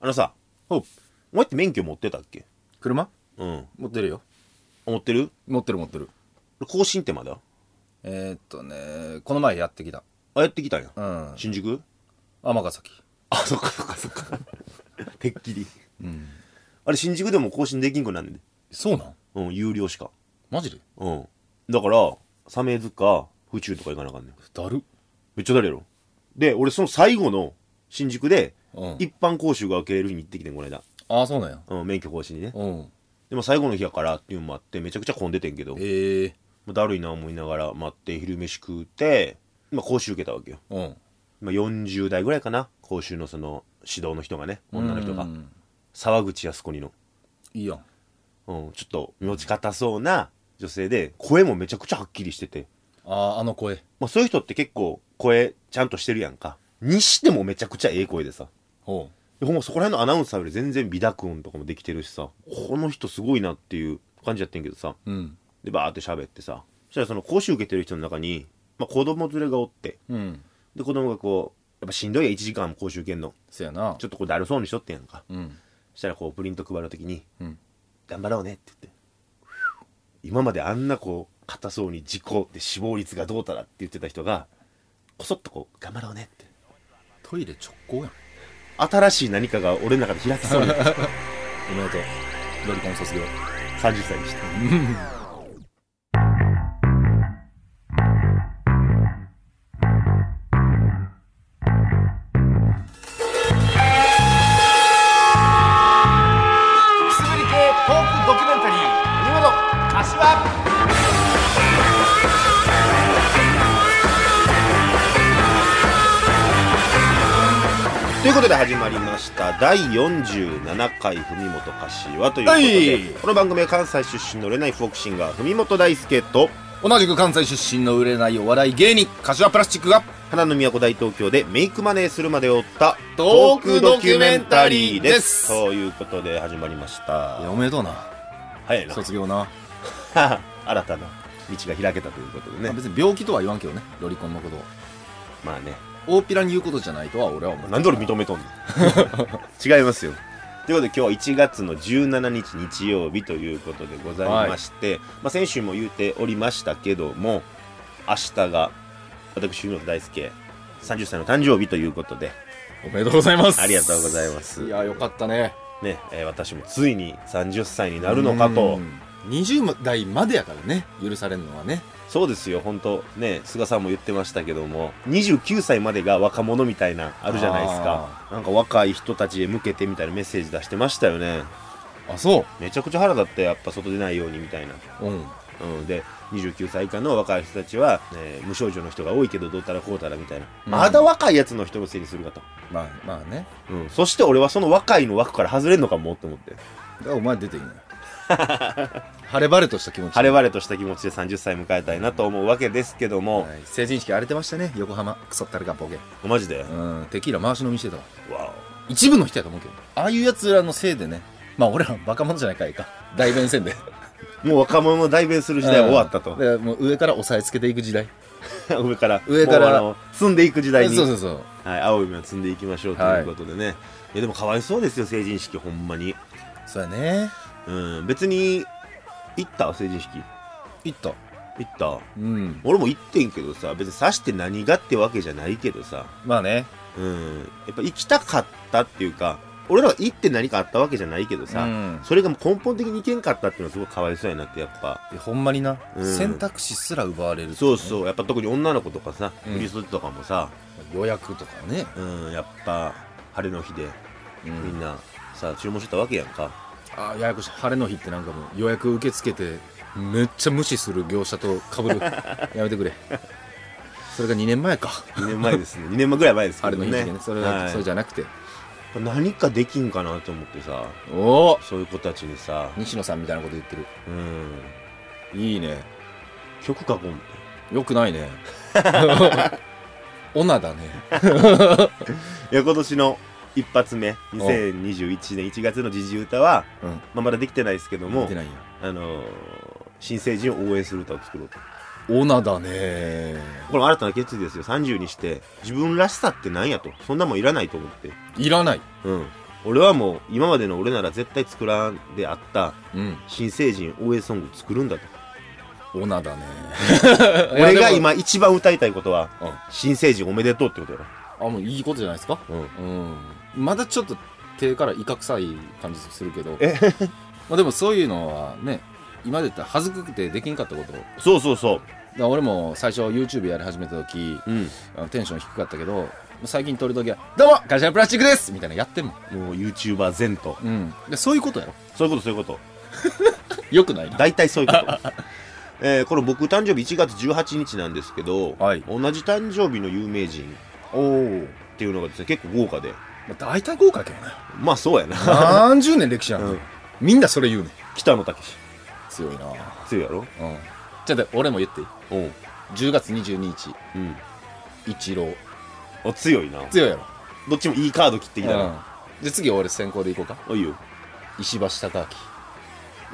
あのさ、おうお前って免許持ってたっけ車うん。持ってるよ持ってる持ってる持ってる更新ってまだえー、っとねこの前やってきたあ、やってきたんや。うん新宿尼崎あ、そっかそっかそっか。 てっきり。うんあれ、新宿でも更新できんくなんねんで。そうなんうん、有料しか。マジでうん。だから、サメズか、府中とか行かなあかんねん。だるめっちゃ誰やろ。で、俺その最後の新宿で、うん一般講習が受けれる日に行ってきてん、この間。ああそうなんやうん、免許更新にね。うんでも最後の日やからっていうのもあって、めちゃくちゃ混んでてんけど、ええまあだるいな思いながら待って、昼飯食うて、まあ講習受けたわけよ。うんまあ、40代ぐらいかな講習のその指導の人がね女の人がうん沢口靖子にの、いいやんうん、ちょっと持ち堅そうな女性で声もめちゃくちゃはっきりしてて、あああの声まあ、そういう人って結構声ちゃんとしてるやんかにしてもめちゃくちゃええ声でさほほんまそこら辺のアナウンサーより全然美濁音とかもできてるしさこの人すごいなっていう感じやってんけどさううんでバーって喋ってさそしたらその講習受けてる人の中に、まあ、子供連れがおってうんで子供がこうやっぱしんどいや1時間も講習受けんのせやなちょっとこうだるそうにしとってんやんかうんそしたらこうプリント配るときにうん「頑張ろうね」って言って今まであんなこう硬そうに事故で死亡率がどうたらって言ってた人がこそっとこう「頑張ろうね」ってトイレ直行やん新しい何かが俺の中で開きそうになったおめでとうドリコン卒業30歳にしてくすぐり系トークドキュメンタリー「何者柏」ということで始まりました第47回「文元柏」ということで、はいこの番組は関西出身の売れないフォークシンガー文元大輔と同じく関西出身の売れないお笑い芸人柏プラスチックが花の都大東京でメイクマネーするまでを追ったトークドキュメンタリーですということで始まりましたいやおめでとうな早いな卒業な、 新たな道が開けたということでまねあ別に病気とは言わんけどねロリコンのことをまあね大っぴらに言うことじゃないとは俺は思う何で俺認めとんの 違いますよということで今日は1月の17日日曜日ということでございまして、まあ、先週も言うておりましたけども明日が私文本大輔30歳の誕生日ということでおめでとうございますありがとうございますいやよかったねね、えー私もついに30歳になるのかとうん20代までやからね許されるのはねそうですよ本当ね菅さんも言ってましたけども29歳までが若者みたいなあるじゃないですかなんか若い人たちへ向けてみたいなメッセージ出してましたよねあそめちゃくちゃ腹立ってやっぱ外出ないようにみたいな、ううんうん、で29歳以下の若い人たちは、えー無症状の人が多いけどどうたらこうたらみたいな、うんまだ若いやつの人のせいにするかと、まあまあねうん、そして俺はその若いの枠から外れんのかもって思ってだからお前出ていいのよ晴れ晴れとした気持ち晴れ晴れとした気持ちで30歳迎えたいなと思うわけですけども、はい成人式荒れてましたね横浜クソったるかボケマジで、うんテキーラ回し飲みしてたわわ一部の人やと思うけどああいうやつらのせいでねまあ俺らバカ者じゃないかいか代弁せんでおもう若者の代弁する時代は終わったと、うん でもう上から押さえつけていく時代 上から上からもうあの積んでいく時代にそうそうそうはい、青い目を積んでいきましょうということでね、い、やでもかわいそうですよ成人式ほんまにそうやねうん別に行った成人式いった行ったうん俺も行ってんけどさ別に刺して何がってわけじゃないけどさまあねうんやっぱ行きたかったっていうか俺らが行って何かあったわけじゃないけどさ、うんそれがもう根本的に行けんかったっていうのはすごいかわいそうやなってやっぱいやほんまにな、うん選択肢すら奪われるってね、そうそうやっぱ特に女の子とかさうん振り袖とかもさ、予約とかね、うん、やっぱ晴れの日でみんなさ注文してたわけやんかああややこしい晴れの日ってなんかもう予約受け付けてめっちゃ無視する業者と被 るやめてくれそれが2年前か2年前ですね2年前ぐらい前ですけ晴どれのね日でねそれは、はいそれじゃなくて何かできんかなと思ってさおおそういう子たちにさ、西野さんみたいなこと言ってるうん、いいね曲書こうみたいよくない ねオナだねないや今年の一発目2021年1月の時事歌は、うんまあ、まだできてないですけど言っもてないよあのー新成人を応援する歌を作ろうとオナだねこれ新たな決意ですよ30にして自分らしさってなんやとそんなもんいらないと思っていらないうん俺はもう今までの俺なら絶対作らんであったうん新成人応援ソング作るんだとオナだね 俺がいやでも今一番歌いたいことはうん新成人おめでとうってことやろあもういいことじゃないですかうんうんまだちょっと手から威嚇臭い感じするけど まあでもそういうのはね今まで言ったら恥ずかくてできんかったことだかそうそうそら俺も最初 YouTube やり始めた時ううんあのテンション低かったけど最近撮る時は「どうも会社のプラスチックです!」みたいなのやってんもん、もう YouTuber 全とうん、でそういうことやろそういうことそういうことよくないな大体そういう こと。えーこの僕誕生日1月18日なんですけど、はい同じ誕生日の有名人おおっていうのがですね結構豪華で大体豪華やけどねまあそうやな 何十年歴史やん、うんみんなそれ言うねん北野武強いなうん強いやろちょっと俺も言っていいうん10月22日うんイチローあ強いな強いやろどっちもいいカード切ってきたうんな、、で次俺先行で行こうかおいよ石橋貴明、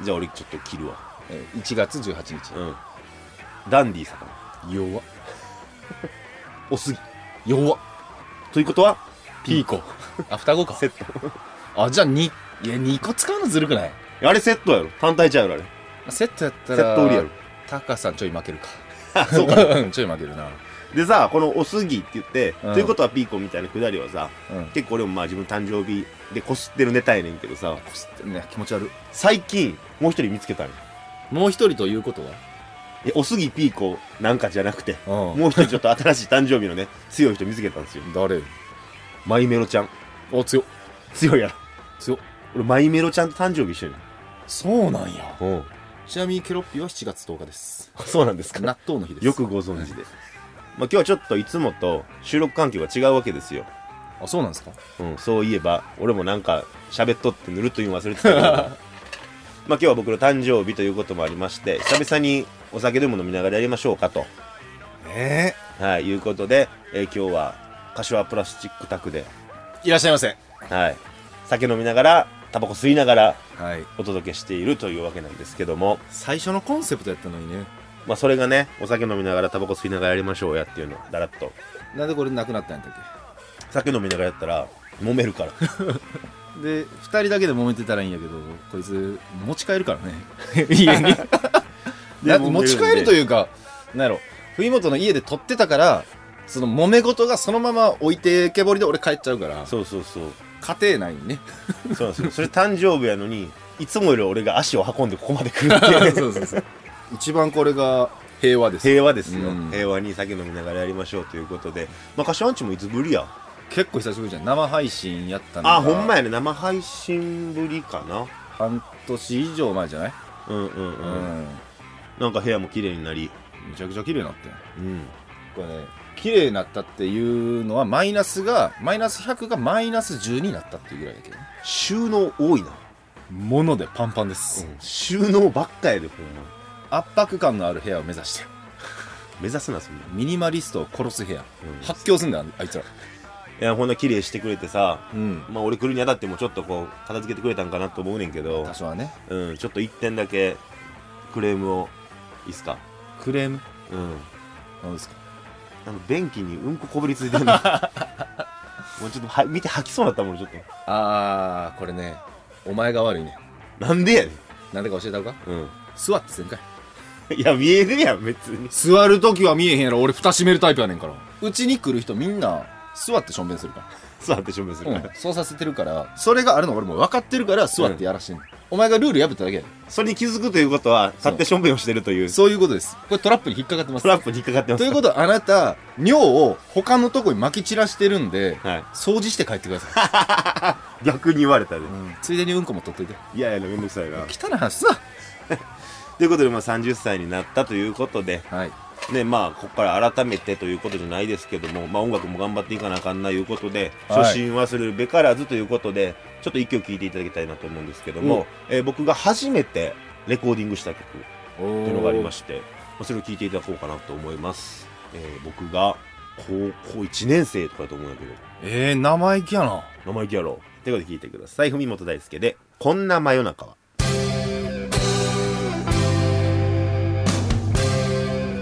じゃあ俺ちょっと切るわえー1月18日うんダンディさん弱っおすぎ弱っということはピーコあ双子かセットあじゃあ2いや2個使うのずるくないあれセットやろ単体ちゃうやろセットやったあれらセット売りやろタカさんちょい負けるか あそうかうんちょい負けるなでさこの「おすぎ」って言って、うんということはピーコみたいなくだりはさうん結構俺もまあ自分誕生日でこすってるネタやねんけどさこすってね気持ち悪い最近もう一人見つけたんよもう一人ということえおすぎピーコなんかじゃなくてはもう一人ちょっと新しい誕生日の ね強い人見つけたんですようん誰マイメロちゃんお強っ強いやろ強っ俺マイメロちゃんと誕生日一緒にそうなんやおうちなみにケロッピは7月10日 です そうなんです納豆の日ですよくご存知で、まあ、今日はちょっといつもと収録環境が違うわけですよ、あそうなんですかうん、そういえば俺もなんか喋っとってぬるっと言うの忘れてたけ どまあ今日は僕の誕生日ということもありまして久々にお酒でも飲みながらやりましょうかとえはい、いうことで、えー今日は柏プラスチック宅で、えいらっしゃいませはい、酒飲みながら、タバコ吸いながらはいお届けしているというわけなんですけども、最初のコンセプトやったのにねまあそれがね、お酒飲みながらタバコ吸いながらやりましょうやっていうのをだらっと。なんでこれなくなったんやったっ酒飲みながらやったら、揉める から。けで2人だけで揉めてたらいいんやけどこいつ持ち帰るからね 家にだって持ち帰るとう。いうかなんやろ冬本の家で取ってたからその揉め事がそのまま置いてけぼりで俺帰っちゃうからそうそうそう。家庭内 にねそうなんですよ。それ誕生日やのに、いつもより俺が足を運んでここまで来るって いうねうそうそう 一番これが平和です平和ですよ、うん平和に酒飲みながらやりましょうということで、まあ、柏んちもいつぶりや結構久しぶりじゃん生配信やったのがあほんまやね生配信ぶりかな半年以上前じゃないうんうんううん、なんか部屋も綺麗になり、めちゃくちゃ綺麗になってんうん、これね綺麗になったっていうのはマイナスがマイナス100がマイナス10になったっていうぐらいだけどね収納多いな、物でパンパンです、収納ばっかやでほんま圧迫感のある部屋を目指して目指すなそんな、ミニマリストを殺す部屋うんい発狂すんだよあいつらやほんな綺麗してくれてさうんまあ俺来るにあたってもちょっとこう片付けてくれたんかなと思うねんけど多、少はねうん、ちょっと1点だけクレームをいいっすかクレームうんなんですかあの便器にうんここびりつい てんのもうちょっとは見て吐きそうになったもんちょっとあーこれねお前が悪いねなんでやねなんでか教えたのかん、座ってせんかいうん、 いや見えるやん別に座るときは見えへんやろ俺蓋閉めるタイプやねんからうちに来る人みんな座ってしょんべんするから座って証明するから、そうさせてるからそれがあるの俺も分かってるから座ってやらしてんの、お前がルール破っただけやそれに気づくということは立って証明をしてるというそういうことですこれトラップに引っかかってますトラップに引っかかってますということはあなた尿を他のとこに撒き散らしてるんではい掃除して帰ってください、逆に言われたで、ついでにうんこも取っといていやいやめんどくさいな汚い話さということで、まあ、30歳になったということではいねまあここから改めてということじゃないですけども、まあ、音楽も頑張っていかなあかんないうことで、はい初心忘れるべからずということでちょっと一曲聴いていただきたいなと思うんですけども、えー僕が初めてレコーディングした曲っおていうのがありましして、まあ、それを聴いていただこうかなと思います、えー僕が高校1年生とかだと思うんだけどたえー、生意気やな生意気やろうということで聞いてください文本大輔で「こんな真夜中は」 「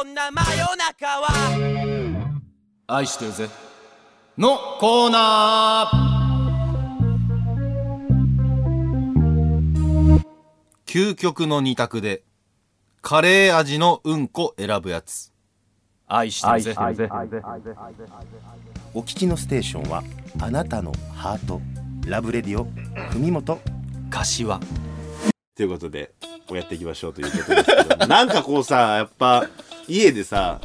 川愛してるぜのコーナー究極の二択でカレー味のうんこ選ぶやつ愛してるぜお聞きのステーションはあなたのハートラブレディオ文元柏ということで、こうやっていきましょうということですけども、なんかこうさ、やっぱ、家でさ、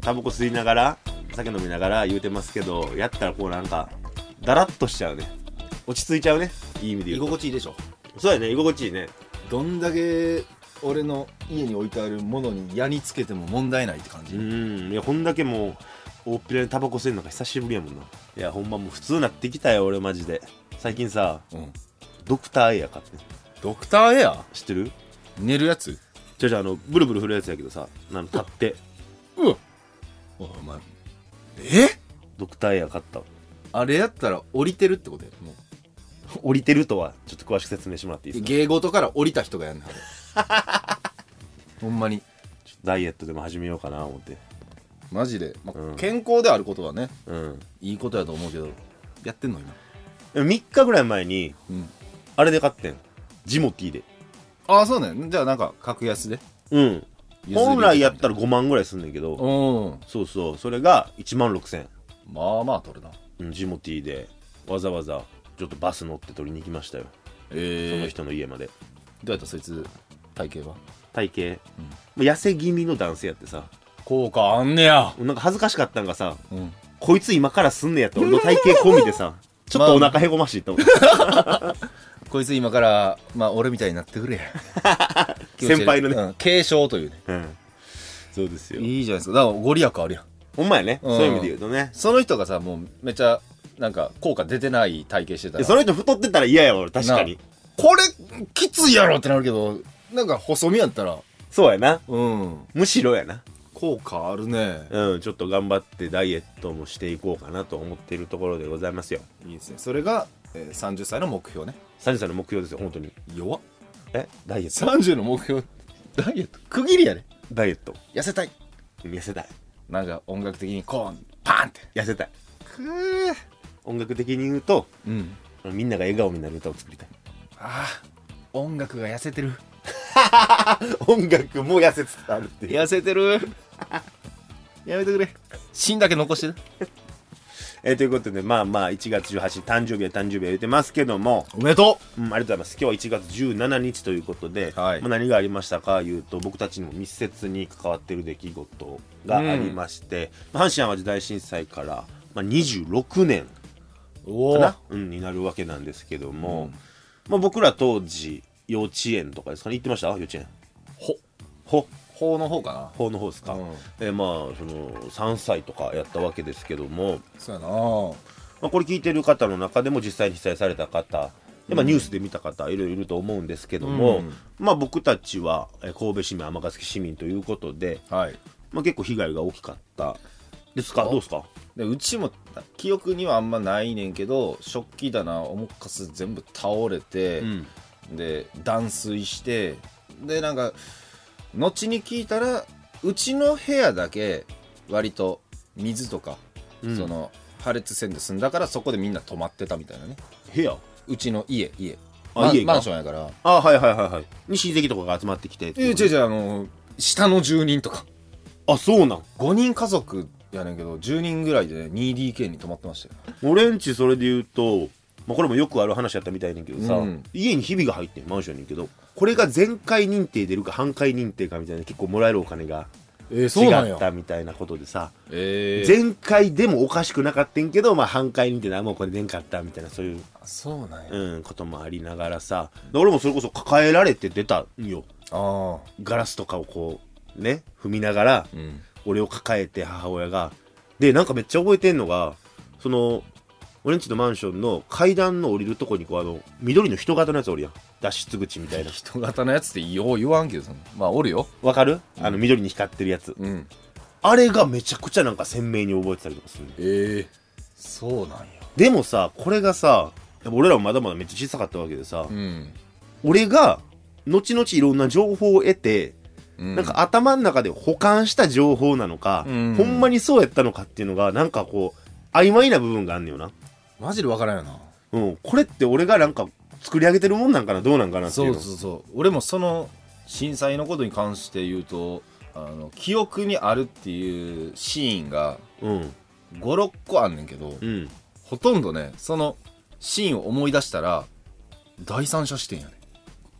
タバコ吸いながら、酒飲みながら言うてますけど、やったらこうなんか、だらっとしちゃうね。落ち着いちゃうね。いい意味で居言う心地いいでしょと。そうやね、居心地いいね。どんだけ俺の家に置いてあるものにやにつけても問題ないって感じ、うん、いや、こんだけもう、大っぴらにタバコ吸えるのが久しぶりやもんな。いや、ほんまもう普通なってきたよ、俺マジで。最近さ、うんドクターエア買ってんドクターエア知ってる寝るやつじゃじゃあの、ブルブル振るやつやけどさ、あの、立って、うわお前えドクターエア買った。あれやったら降りてるってことやもう降りてるとは、ちょっと詳しく説明してもらっていいですか芸事から降りた人がやんねんあれ ほんまにちょっとダイエットでも始めようかな、思って。マジで、まあうん健康であることはねうん。いいことやと思うけどやってんの今3日ぐらい前に、うんあれで買ってんジモティーでああそうねじゃあなんか格安でうん譲り受けた本来やったら5万ぐらいすんねんけどうんそうそうそれが1万6000まあまあ取るなうんジモティーでわざわざちょっとバス乗って取りに行きましたよそのええ人の家までどうやったそいつ体型は体型、もう痩せ気味の男性やってさ効果あんねやなんか恥ずかしかったんがさうんこいつ今からすんねやって俺の体型込み でさちょっとお腹へこまし いと思って、こいつ今からまあ俺みたいになってくれ 先輩のねうん継承というねうんそうですよいいじゃないですかだからご利益あるやんほんまやね、うんそういう意味で言うとねその人がさもうめちゃなんか効果出てない体型してたでらその人太ってたら嫌やわ俺確かになこれきついやろってなるけどなんか細身やったらそうやなうんむしろやな効果あるねうん、ちょっと頑張ってダイエットもしていこうかなと思っているところでございますよ。いいですねそれが、えー、30歳の目標ねサジさんの目標ですよ、本当に。弱っえダイエット30の目標ダイエット区切りやでダイエット。痩せたい痩せたい。なんか音楽的にコーンパンって痩せたい。音楽的に言うと、うんみんなが笑顔になる歌を作りたい。 ああ音楽が痩せてる音楽も痩せつつあるっていう。痩せてる やめてくれ芯だけ残してえーということで、まあまあ、1月18日、誕生日は誕生日は言ってますけども、おめでとうん、ありがとうございます。今日は1月17日ということで、はいまあ、何がありましたかいうと、僕たちにも密接に関わっている出来事がありまして、まあ阪神・淡路大震災から、まあ、26年うおかおな、うん、になるわけなんですけども、まあ、僕ら当時幼稚園とかですかね行ってました幼稚園ほほ法の方か法の方ですか、うんえーまあその3歳とかやったわけですけども、なそうやなまあ、これ聞いてる方の中でも実際に被災された方やっぱニュースで見た方いろいろいると思うんですけども、うんまあ、僕たちはえー神戸市民尼崎市民ということで、はいまあ、結構被害が大きかったですかどうですかでうちも記憶にはあんまないねんけど食器棚重かす全部倒れて、んで断水してでなんか後に聞いたらうちの部屋だけ割と水とか、んその破裂線で済んだからそこでみんな泊まってたみたいなね部屋うちの家家あマ家がマンションやからあはいはいはいはいに親戚とかが集まってきてえ違う違うあの下の住人とかあそうなん5人家族やねんけど10人ぐらいで、ね、2DK に泊まってましたよ俺んちそれで言うと、まあ、これもよくある話やったみたいねんけどさ、うん家にひびが入ってんマンションにけどこれが全壊認定出るか半壊認定かみたいな結構もらえるお金がえ違ったみたいなことでさ、えー、全壊でもおかしくなかったんけど、まあ、半壊認定なもうこれ出んかったみたいなそういう、そうなんや、うん、こともありながらさで俺もそれこそ抱えられて出たんよああガラスとかをこうね踏みながら、うん俺を抱えて母親がでなんかめっちゃ覚えてんのがその俺んちのマンションの階段の降りるとこにこうあの緑の人型のやつおるやん脱出口みたいな 人型のやつってよう言わんけどそのまあおるよわかる、あの緑に光ってるやつうんあれがめちゃくちゃなんか鮮明に覚えてたりとかするええそうなんやでもさこれがさやっぱ俺らもまだまだめっちゃ小さかったわけでさ、うん俺が後々いろんな情報を得てうんなんか頭の中で保管した情報なのか、うんほんまにそうやったのかっていうのが、なんかこう、曖昧な部分があんのよな。マジでわからんよなうん、これって俺がなんか作り上げてるもんなんかな、どうなんかなっていそううの。そうそう俺もその震災のことに関して言うとあの記憶にあるっていうシーンがうん、 56個あんねんけど、うん。ほとんどねそのシーンを思い出したら第三者視点やね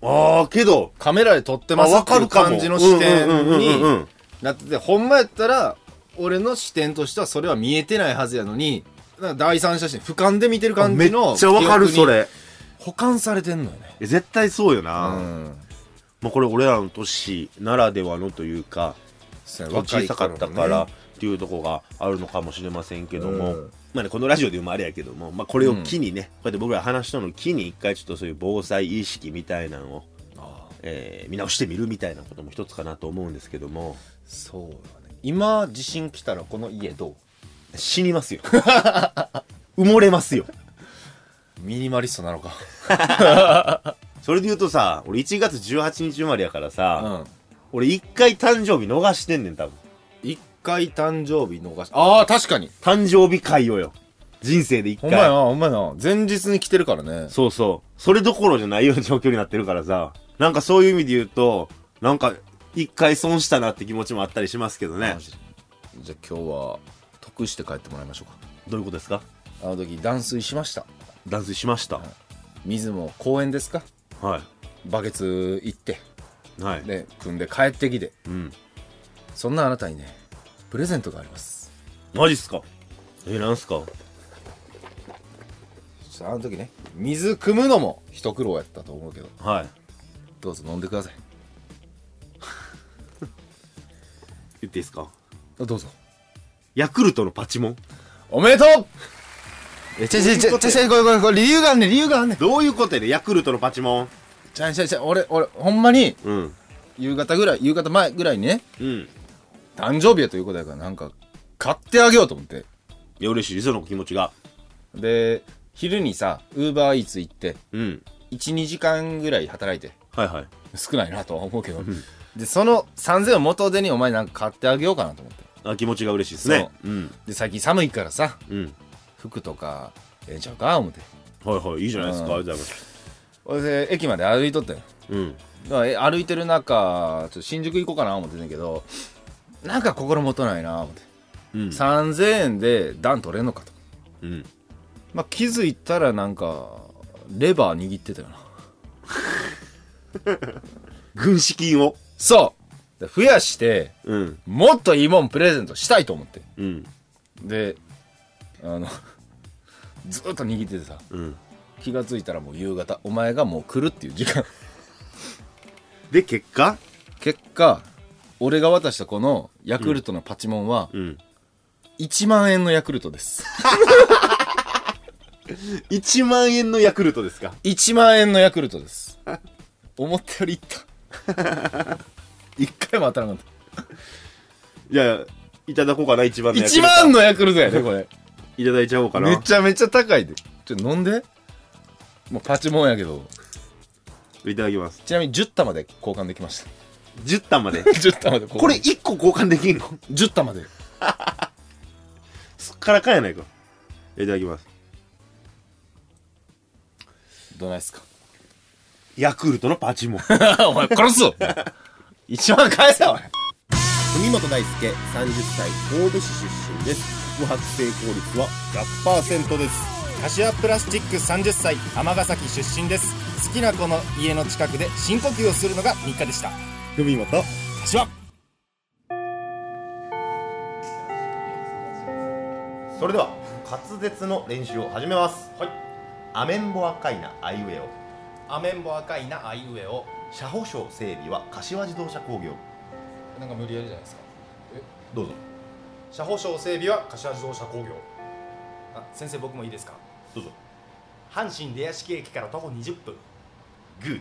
ああ、けど、カメラで撮ってますあっていう感じの視点うんうんうんうんうんになっててほんまやったら俺の視点としてはそれは見えてないはずやのになんか第三者視点俯瞰で見てる感めっじのちゃわかる、記憶そにれ。保管されてんのよねえ絶対そうような。んまあ、これ俺らの年ならではのというか、そうや若小いさ頃かのっねたからっていうとこがあるのかもしれませんけども、うんまあね、このラジオでもあれやけども、まあ、これを機にね、こうやって僕ら話したのを機に一回ちょっとそういう防災意識みたいなのを、ああえー見直してみるみたいなことも一つかなと思うんですけどもそうだね今地震来たらこの家どう死に ますよ埋もれますよミニマリストなのかそれで言うとさ俺1月18日生まれやからうさ、ん俺一回誕生日逃してんねん多分一回誕生日逃しああ確かに誕生日会をよ人生で一ほ回んまやな、ほんまやな。前日に来てるからね。そうそう。それどころじゃないような状況になってるからさ。なんかそういう意味で言うと、なんか、一回損したなって気持ちもあったりしますけどねマ。ジでじゃあ今日は、得して帰ってもらいましょうどういうことですかか。あの時、断水しました。断水しました。水も公園ですかはバケツ行って、い。はい。で、組んで帰ってきて。うん。そんなあなたにね、プレゼントがあります。マジっすかえ、なんすかちょっとあの時ね、水汲むのも一苦労やったと思うけど、はい。どうぞ飲んでください。言っていいですかあどうぞ。ヤクルトのパチモンおめでとうえ、ちゃちゃちゃちゃちゃ、これこれこれ、理由があんねん、理由があんねん。どういうことやねヤクルトのパチモンちゃちゃちゃ、俺、俺、ほんまに、うん。夕方ぐらい、夕方前ぐらいにね、うん。誕生日やということやからなんか買ってあげようと思っていや、嬉しい。その気持ちが。で昼にさウーバーイーツ行ってうん。 12時間ぐらい働いてはいはい。少ないなとは思うけどでその3000を元手にお前なんか買ってあげようかなと思ってあ気持ちが嬉しいですね。うん。で最近寒いからさうん。服とかええんちゃうか思ってはいはい。いいじゃないですか。ありがとうございます。ほいで駅まで歩いとったようん。だからえ歩いてる中ちょっと新宿行こうかな思ってんねんけどなんか心もとないな思ってうん。 3000円で段取れんのかと、うん。まあ、気づいたらなんかレバー握ってたよな軍資金を。そう増やして、うん。もっといいもんプレゼントしたいと思って。うん。で、あの、 ずっと握っててさ、うん。気がついたらもう夕方、お前がもう来るっていう時間。 で、結果結果、俺が渡したこのヤクルトのパチモンは、うん。 1万円のヤクルトです。 1万円のヤクルトですか1万円のヤクル トです。思ったよりいった。 一回も当たらなかっいや、いただこうかな、1万た。のヤクルト。 1万のヤクルトやね、こ れ。いただいちゃおうかな。めちゃめちゃ高いで。ちょ、飲んでもうパチモンやけど。いただきます。ちなみに10玉で交換できました。。10単まで10玉で交換 これ1個交換できんの10玉ですっからかんやないか。いただきます。どないっすかヤクルトのパチモン。 お前殺す ぞ1万返せお前文本大輔30歳神戸市出身です宿泊成功率は100%です柏プラスチック30歳尼崎出身です好きな子の家の近くで深呼吸をするのが日課でした文本柏それでは、滑舌の練習を始めます。はい。アメンボ赤いなアイウェオ。アメンボ赤いなあいうえを車保証整備は柏自動車工業。なんか無理やりじゃないですかどうぞ。車保証整備は柏自動車工業あ先生僕もいいですかどうぞ。阪神出屋敷駅から徒歩20分グッ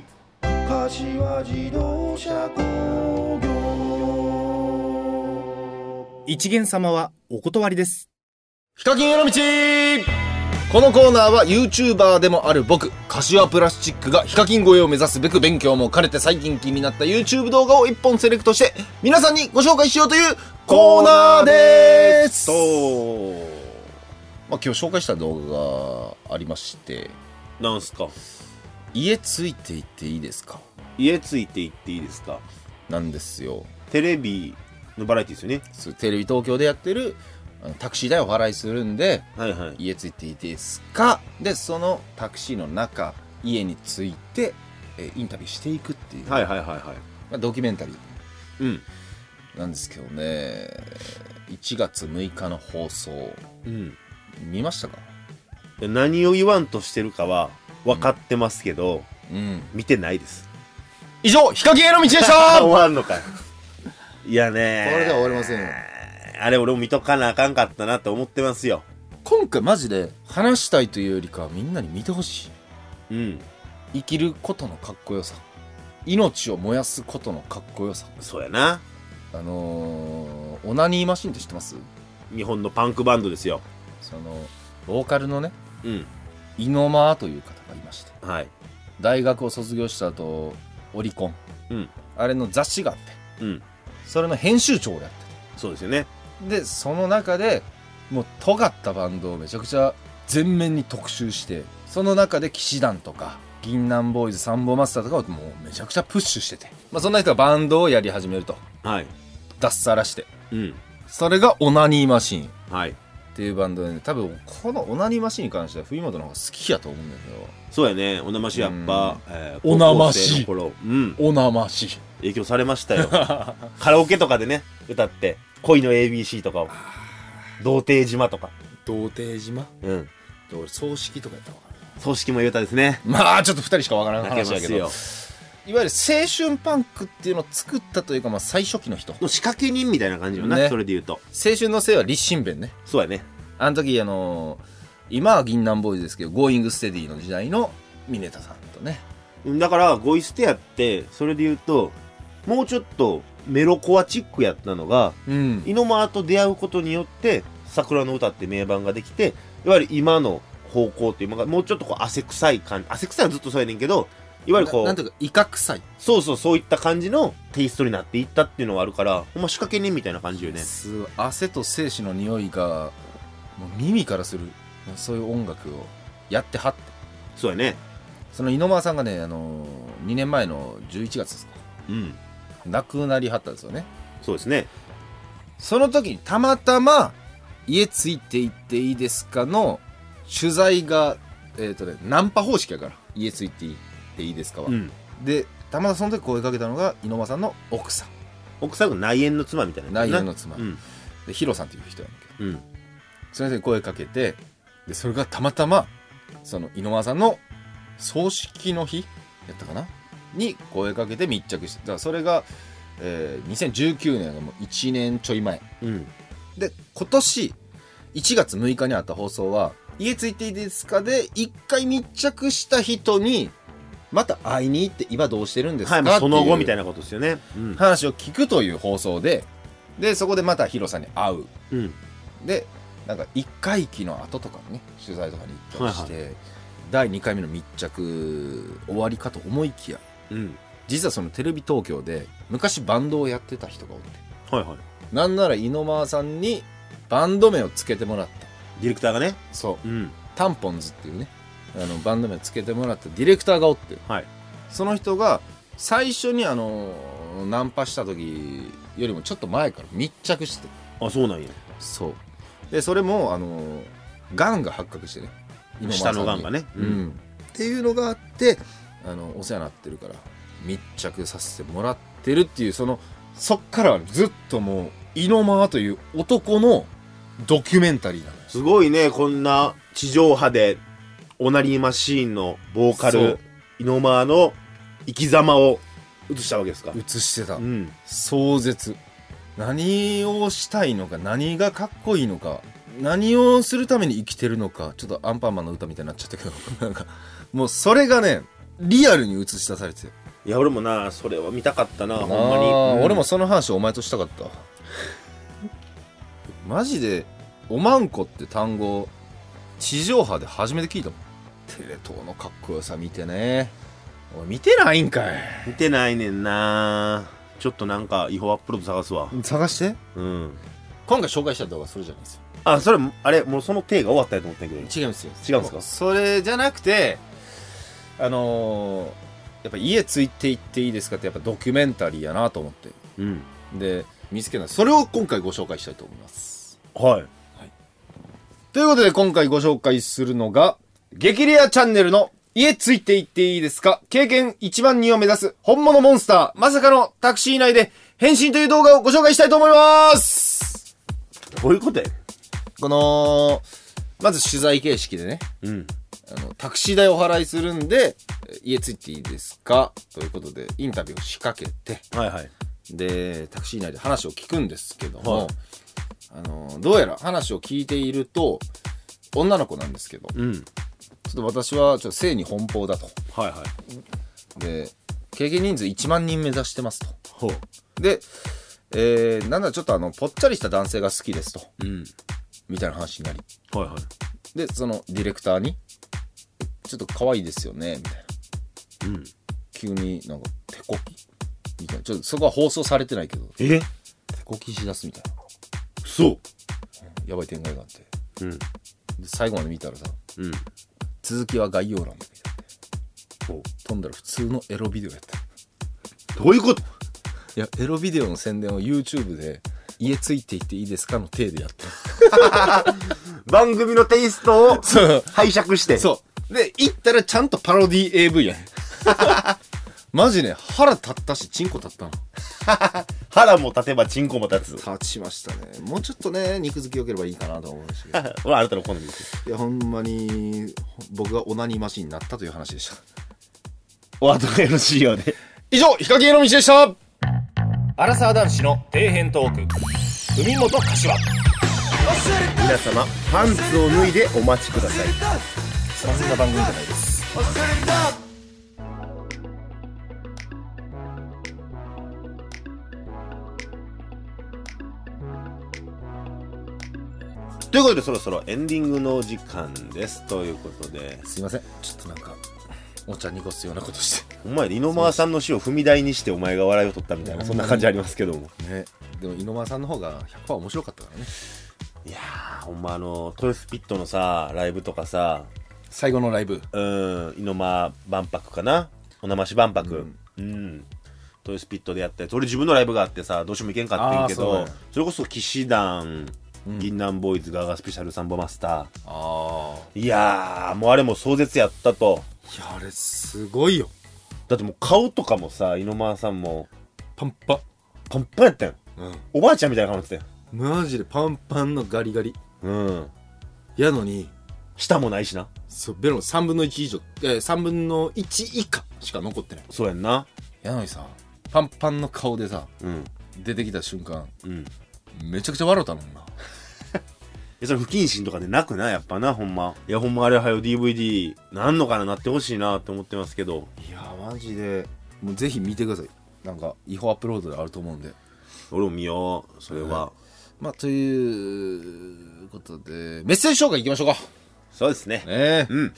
一元様はお断りですヒカキンへの道このコーナーは YouTuber でもある僕、柏プラスチックがヒカキン越えを目指すべく勉強も兼ねて最近気になった YouTube 動画を一本セレクトして皆さんにご紹介しようというコーナーですとまあ、今日紹介した動画がありまして、なんすか家ついていっていいですか家ついて行っていいですかなんですよ。テレビのバラエティですよねそうテレビ東京でやってるあのタクシー代をお払いするんで、はいはい家ついていいですかで、そのタクシーの中、家について、えーインタビューしていくっていう、はいはいはいはいまあ、ドキュメンタリーうんなんですけどね、1月6日の放送、うん見ましたかで何を言わんとしてるかは分かってますけど、うん。見てないです以上、ヒカキンへの道でしたあ は終わんのかいいやねこれでは終わりませんよあれ俺も見とかなあかんかったなと思ってますよ今回マジで話したいというよりかはみんなに見てほしうい。ん生きることのかっこよさ。命を燃やすことのかっこよさ。そうやなあのー、オナニーマシンって知ってます日本のパンクバンドですよその、ボーカルのね、うんイノマーという方がいまして、はい大学を卒業した後、オリコン。うんあれの雑誌があって、うんそれの編集長をやってそうですよねでその中でもう尖ったバンドをめちゃくちゃ全面に特集してその中で騎士団とか銀杏ボーイズサンボマスターとかをもうめちゃくちゃプッシュしてて、まあ、そんな人がバンドをやり始めるとはい脱サラしてうんそれがオナニーマシーンっはいていうバンドで、ね、多分このオナニーマシーンに関しては冬本の方が好きやと思うんだけそうやねおなましやっぱ、えーおなま高し校生の頃うんどオナマシ影響されました よカラオケとかでね歌って恋の ABC とかを童貞島とか 童貞島うん俺葬式とかやったのかな葬式も言うたですねまあちょっと2人しかわからない泣け話まだけすどいわよゆる青春パンクっていうのを作ったというか、まあ、最初期の人の仕掛け人みたいな感じよな、ねそれで言うと青春のせいは立身弁ねそうやねあの時あの今は銀杏ボーイズですけどゴーイングステディの時代のミネタさんとねうんだからゴイステやってそれで言うともうちょっとメロコアチックやったのがうんイノマーと出会うことによって「桜の歌」って名盤ができていわゆる今の方向っていうのがもうちょっとこう汗臭い感じ汗臭いのはずっとそうやねんけどいわゆるこなうなんていうか威嚇臭いそうそうそういった感じのテイストになっていったっていうのはあるからほんま仕掛け人みたいな感じよねすごい汗と精子の匂いがもう耳からするそういう音楽をやってはってそうやねその井ノ間さんがねあの2年前の11月ですかうん亡くなりはったんですよねそうですねその時にたまたま「家ついて行っていいですか?」の取材がえっ、とねナンパ方式やから「家ついて行っていいですかは」うんでたまたまその時声かけたのが井上さんの奥さん奥さんが内縁の妻みたいな内縁のの妻、うんでヒロさんっていう人やねんけどうんそれで声かけてでそれがたまたまその井上さんの葬式の日やったかなに声かけて密着してだからそれが、えー2019年のもう1年ちょい前うんで今年1月6日にあった放送は「家ついていいですか?」で一回密着した人にまた会いに行って今どうしてるんですか、はい、まあ、その後っていうみたいなことですよね。うん。話を聞くという放送ででそこでまたヒロさんに会ううん。でなんか1回忌の後とかにね取材とかに行ったりして、第2回目の密着終わりかと思いきやうん。実はそのテレビ東京で昔バンドをやってた人がおってはいはい。なんなら井ノ間さんにバンド名をつけてもらったディレクターがね。そううん。タンポンズっていうねあのバンド名つけてもらったディレクターがおって、はいその人が最初にあのナンパした時よりもちょっと前から密着しててあ、そうなんや。そうでそれもあのがんが発覚してね今下の癌がね。うん、。っていうのがあってあのお世話になってるから密着させてもらってるっていうそのそっからはずっともう井ノ間という男のドキュメンタリーなのよすごいね、こんな地上波で、オナリーマシーンのボーカそルう、イノマーの生き様を映したわけですか。映してた、うん。壮絶何をしたいのか何がかっこいいのか何をするために生きてるのかちょっとアンパンマンの歌みたいになっちゃったけど なんかもうそれがねリアルに映し出されてるいや、俺もな、それは見たかったな、ほんまに。あーうん俺も。その話お前としたかったわマジでおまんこって単語地上波で初めて聞いたもんテレ東のかっこよさ見てねおい見てないんかい見てないねんなちょっとなんか違法アップロード探すわ探してうん今回紹介した動画それじゃないですよあそれあれもうその手が終わったやと思ったんやけど違うんですよ違うんですかそれじゃなくてあのーやっぱ家ついていっていいですかってやっぱドキュメンタリーやなと思ってうんで見つけたそれを今回ご紹介したいと思いますはいということで今回ご紹介するのが激レアチャンネルの家ついていっていいですか経験1万人を目指す本物モンスターまさかのタクシー内で変身という動画をご紹介したいと思いますどういうことやこのまず取材形式でねうんあのタクシー代お払いするんでえ家ついていいですかということでインタビューを仕掛けてはいはいでタクシー内で話を聞くんですけども、はいあのどうやら話を聞いていると女の子なんですけどちょうんっと私はちょっと性に奔放だとはいはいで経験人数1万人目指してますとほうで、えー、なんだちょっとあのぽっちゃりした男性が好きですとうんみたいな話になりはいはいでそのディレクターに「ちょっと可愛いですよね」みたいなうん急になんか手こきみたいなちょっとそこは放送されてないけどえ手こきしだすみたいなそうやばい展開があってうんで最後まで見たらさうん続きは概要欄で見たってほう飛んだら普通のエロビデオやったどういうこといやエロビデオの宣伝を YouTube で「家ついていっていいですか?」の体でやった番組のテイストをそう拝借してそうで行ったらちゃんとパロディ AV やね マジね腹立ったしチンコ立ったの腹も立てばチンコも立 つ立ちましたねもうちょっとね肉付き良ければいいかなと思うんですけどはあなたの好みですいやほんまに僕がオナニーマシンになったという話でしたお後がよろしいようで以上ヒカキンへの道でしたアラサー男子の底辺トーク海本柏皆様パンツを脱いでお待ちくださいそんな番組じゃないですということでそろそろエンディングのお時間ですということですいませんちょっとなんかお茶濁すようなことしお前井ノ川さんの死を踏み台にしてお前が笑いを取ったみたいなそんな感じありますけどもてねでも井上さんの方が100%面白かったからねいやーほんまあの豊洲ピットのさライブとかさ最後のライブうん井ノ間万博かなおなまし万博うん、豊洲ピットでやったやつ俺自分のライブがあってさどうしても行けんかってんけどそ,、あーそうなんやれこそ騎士団銀杏ボーイズガガスペシャルサンボマスタああーいやーもうあれも壮絶やったといやあれすごいよだってもう顔とかもさ井ノ間さんもパンパパンパンやったようんおばあちゃんみたいな顔になってたよマジでパンパンのガリガリうんやのに舌もないしなそうベロの3分の1以上、えー、3分の1以下しか残ってないそうやんなやのにさパンパンの顔でさうん出てきた瞬間うんめちゃくちゃ笑うたのんなえそれ不謹慎とかでなくなやっぱなほんまいやほんまあれはよ DVD なんのかななってほしいなって思ってますけどいやマジでもうぜひ見てくださいなんか違法アップロードであると思うんで俺も見ようそれは、まあということでメッセージ紹介いきましょうかそうですねええうん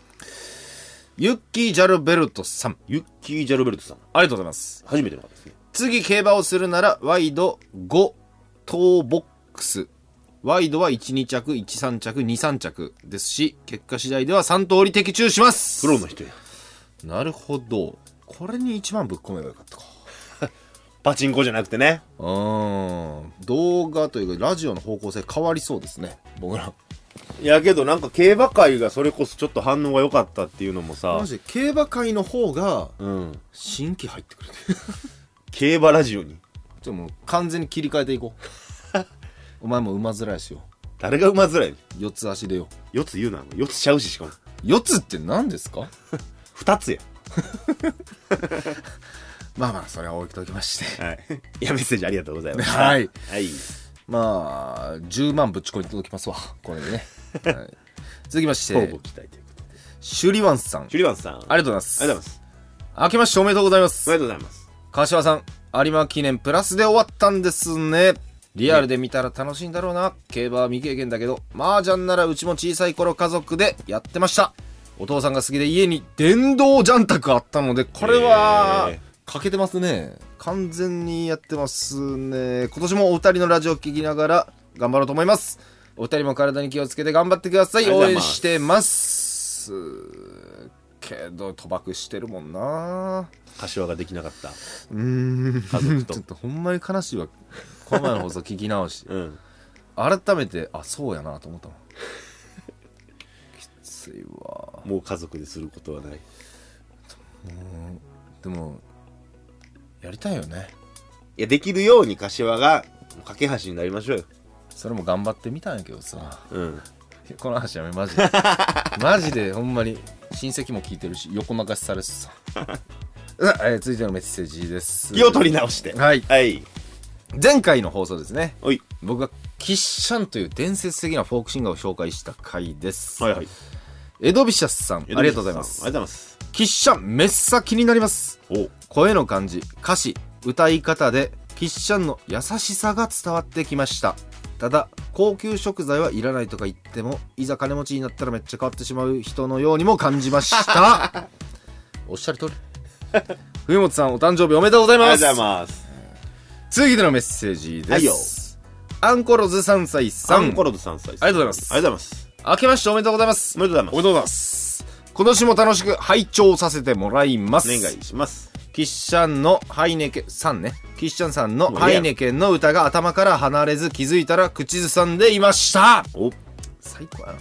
ユッキージャルベルトさんユッキー・ジャルベルトさんありがとうございます初めての方ですね次競馬をするならワイド5等ボックスワイドは12着13着23着ですし結果次第では3通り的中しますプロの人やなるほどこれに1万ぶっ込めばよかったかパチンコじゃなくてねうーん動画というかラジオの方向性変わりそうですね僕らいやけどなんか競馬界がそれこそちょっと反応が良かったっていうのもさマジで競馬界の方がうん新規入ってくれて競馬ラジオにちょもう完全に切り替えていこう お前も馬面やしよ誰が馬面やねん四つ足でよ4つ言うな4つちゃうししかも四つって何ですか2つやまあまあそれは置いておきましてはい いやメッセージありがとうございましたはいはい まあ10万ぶち込んで届きますわこれでね、はい続きまし交互て期待ということでシュリワンさんあシュりリバンさんありがとうございますがとうございます明けましておめでとうございまおすめでとうございます川島さん有馬記念プラスで終わったんですねリアルで見たら楽しいんだろうな。競馬は未経験だけど、麻雀ならうちも小さい頃家族でやってました。お父さんが好きで家に電動ジャン卓あったので、これはへー、欠けてますね。完全にやってますね。今年もお二人のラジオ聞きながら頑張ろうと思います。お二人も体に気をつけて頑張ってください。ありがと応うござい援ますしてます。けど、賭博してるもんな。柏ができなかったうーん家族とちょっとほんまに悲しいわこの前の放送聞き直しうん改めてあそうやなと思ったもんきついわもう家族ですることはないでもやりたいよねいやできるように柏が架け橋になりましょうよそれも頑張ってみたんやけどさうんこの話やめマ ジでマジでほんまに親戚も聞いてるし横流しされてさ さあえー続いてのメッセージです気を取り直してはいはい前回の放送ですねおい僕がキッシャンという伝説的なフォークシンガーを紹介した回です、はいはいエドビシャスさんありがとうございますありがとうございますキッシャンめっさ気になりますお声の感じ歌詞歌い方でキッシャンの優しさが伝わってきましたただ高級食材はいらないとか言ってもいざ金持ちになったらめっちゃ変わってしまう人のようにも感じました おっしゃる通り冬本さんお誕生日おめでとうございありがとうまござすいます続いてのメッセージです、はいよアンコロズ3歳さアんンコロドさんさありありがとうございますありがとうございます明けましておめでとうございますおめでとうございおまめでとうございます今年も楽しく拝聴させてもらいますすお願いしますキッシャンのハイネケさんねキッシャンさんのハイネケンの歌が頭から離れず気づいたら口ずさんでいましたお最高やな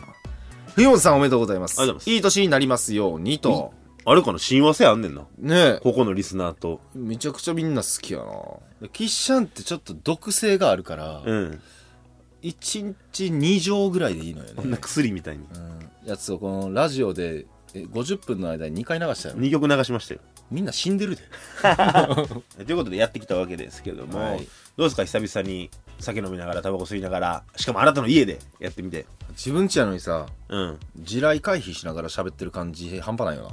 冬本さんおめでとうございますありがとうございますい年になりますようにとあれかな親和性あんねんなねえここのリスナーとめちゃくちゃみんな好きやなキッシャンってちょっと毒性があるから、うん一1日2錠ぐらいでいいのよこんねな薬みたいにやつをこのラジオでえ50分の間に2回流したよ2曲流しましたよみんな死んでるでということでやってきたわけですけども、はいどうですか久々に酒飲みながらタバコ吸いながらしかもあなたの家でやってみて自分ちやのにさうん地雷回避しながら喋ってる感じ半端ないよ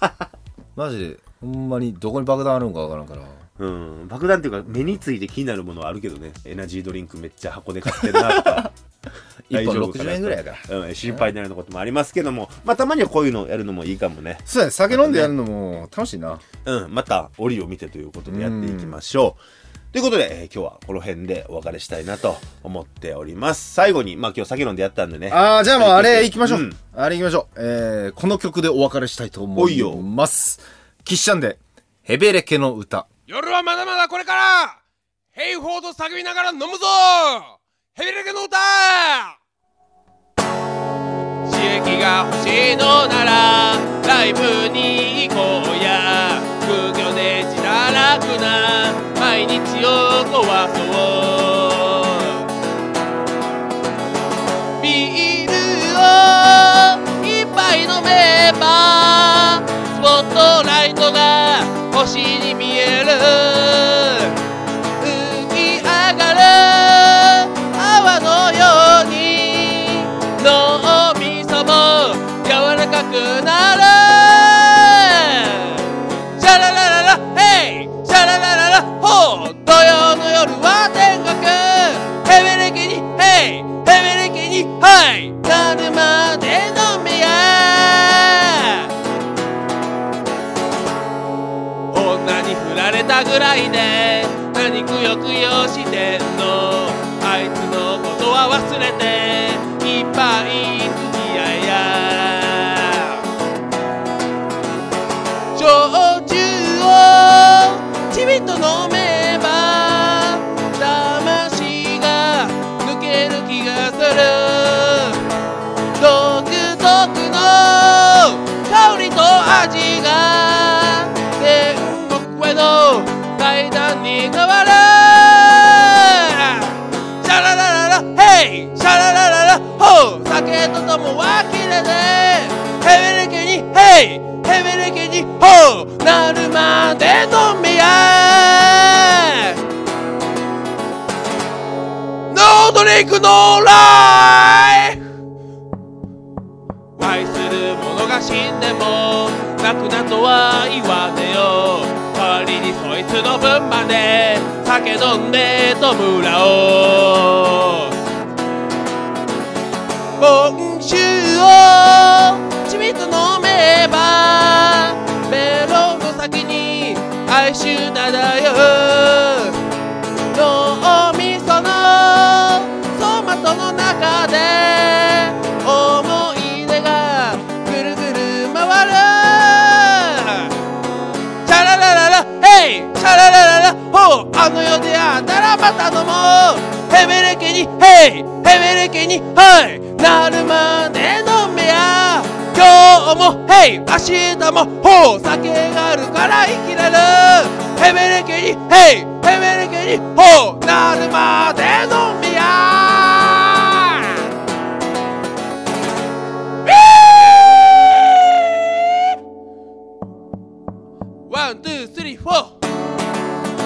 な マジでほんまにどこに爆弾あるんかわからんからうん爆弾っていうか目について気になるものはあるけどねエナジードリンクめっちゃ箱で買ってんなと か大1本丈夫かな60円ぐらいやからうん、心配になることもありますけども、まあ、たまにはこういうのやるのもいいかもねそうやね酒飲んでやるのも楽しいなうん、また折を見てということでやっていきましょう。ということで、えー今日はこの辺でお別れしたいなと思っております。最後に、まあ今日酒飲んでやったんでね。あーじゃあもうあれ行きましょう、うんあれ行きましょう、えー、この曲でお別れしたいと思おいいよますキッシャンで「ヘベレケの歌夜はまだまだこれからヘイホーと叫びながら飲むぞヘビレケの歌刺激が欲しいのならライブに行こうや空虚で自堕落な毎日を壊そうビールをいっぱい飲めばスポットライトが星に見える浮き上がる泡のように脳みそも柔らかくなるシャララララヘイシャララララホー土曜の夜は天国ヘベレケにヘイヘベレケにはいなるまで飲めや女に振られたぐらいで何くよくよしてんのあいつのことは忘れていっぱい付き合いや焼酎をちびっと飲めば魂が抜ける気がする独特の香りと味が天国への階段に変わるシャララララヘイシャララララホー酒とともは切れてヘベレケにヘイヘベレケにホーなるまで飲みやノードリンクノーライフ愛する者が死んでも泣くなとは言わねよ代わりにそいつの分まで叫酒飲んで弔おう今週をちびっと飲めばメロンの先に哀愁漂う脳みそのトマトの中で思い出がぐるぐる回るチャララララヘイチャララララほうあの世であったらまた飲もうヘベレケにヘイヘベレケにはいなるまで飲めや今日もヘイ明日もほう酒があるから生きれるヘベレケにヘイヘベレケにほうなるまで飲めやワン、ツー、スリー、フォー。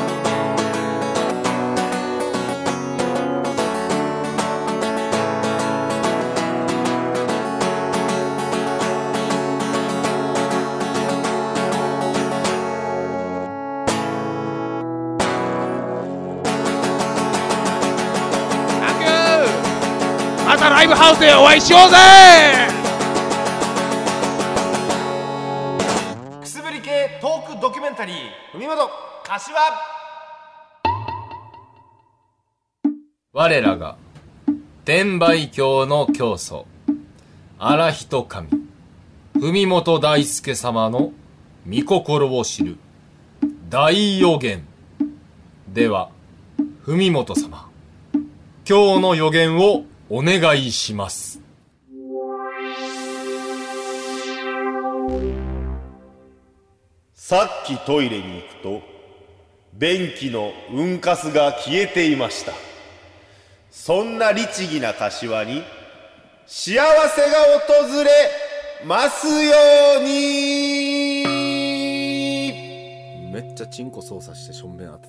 またライブハウスでお会いしようぜくすぶり系トークドキュメンタリー海本柏我らが、天売教の教祖、荒人神、文本大輔様の御心を知る、大予言。では、文本様、今日の予言をお願いします。さっきトイレに行くと便器の運かすが消えていましたそんな律儀な柏に幸せが訪れますようにめっちゃチンコ操作してしょんべん当て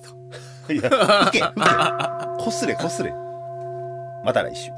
た。いや、いけ、いけ。こすれ、こすれ。また来週。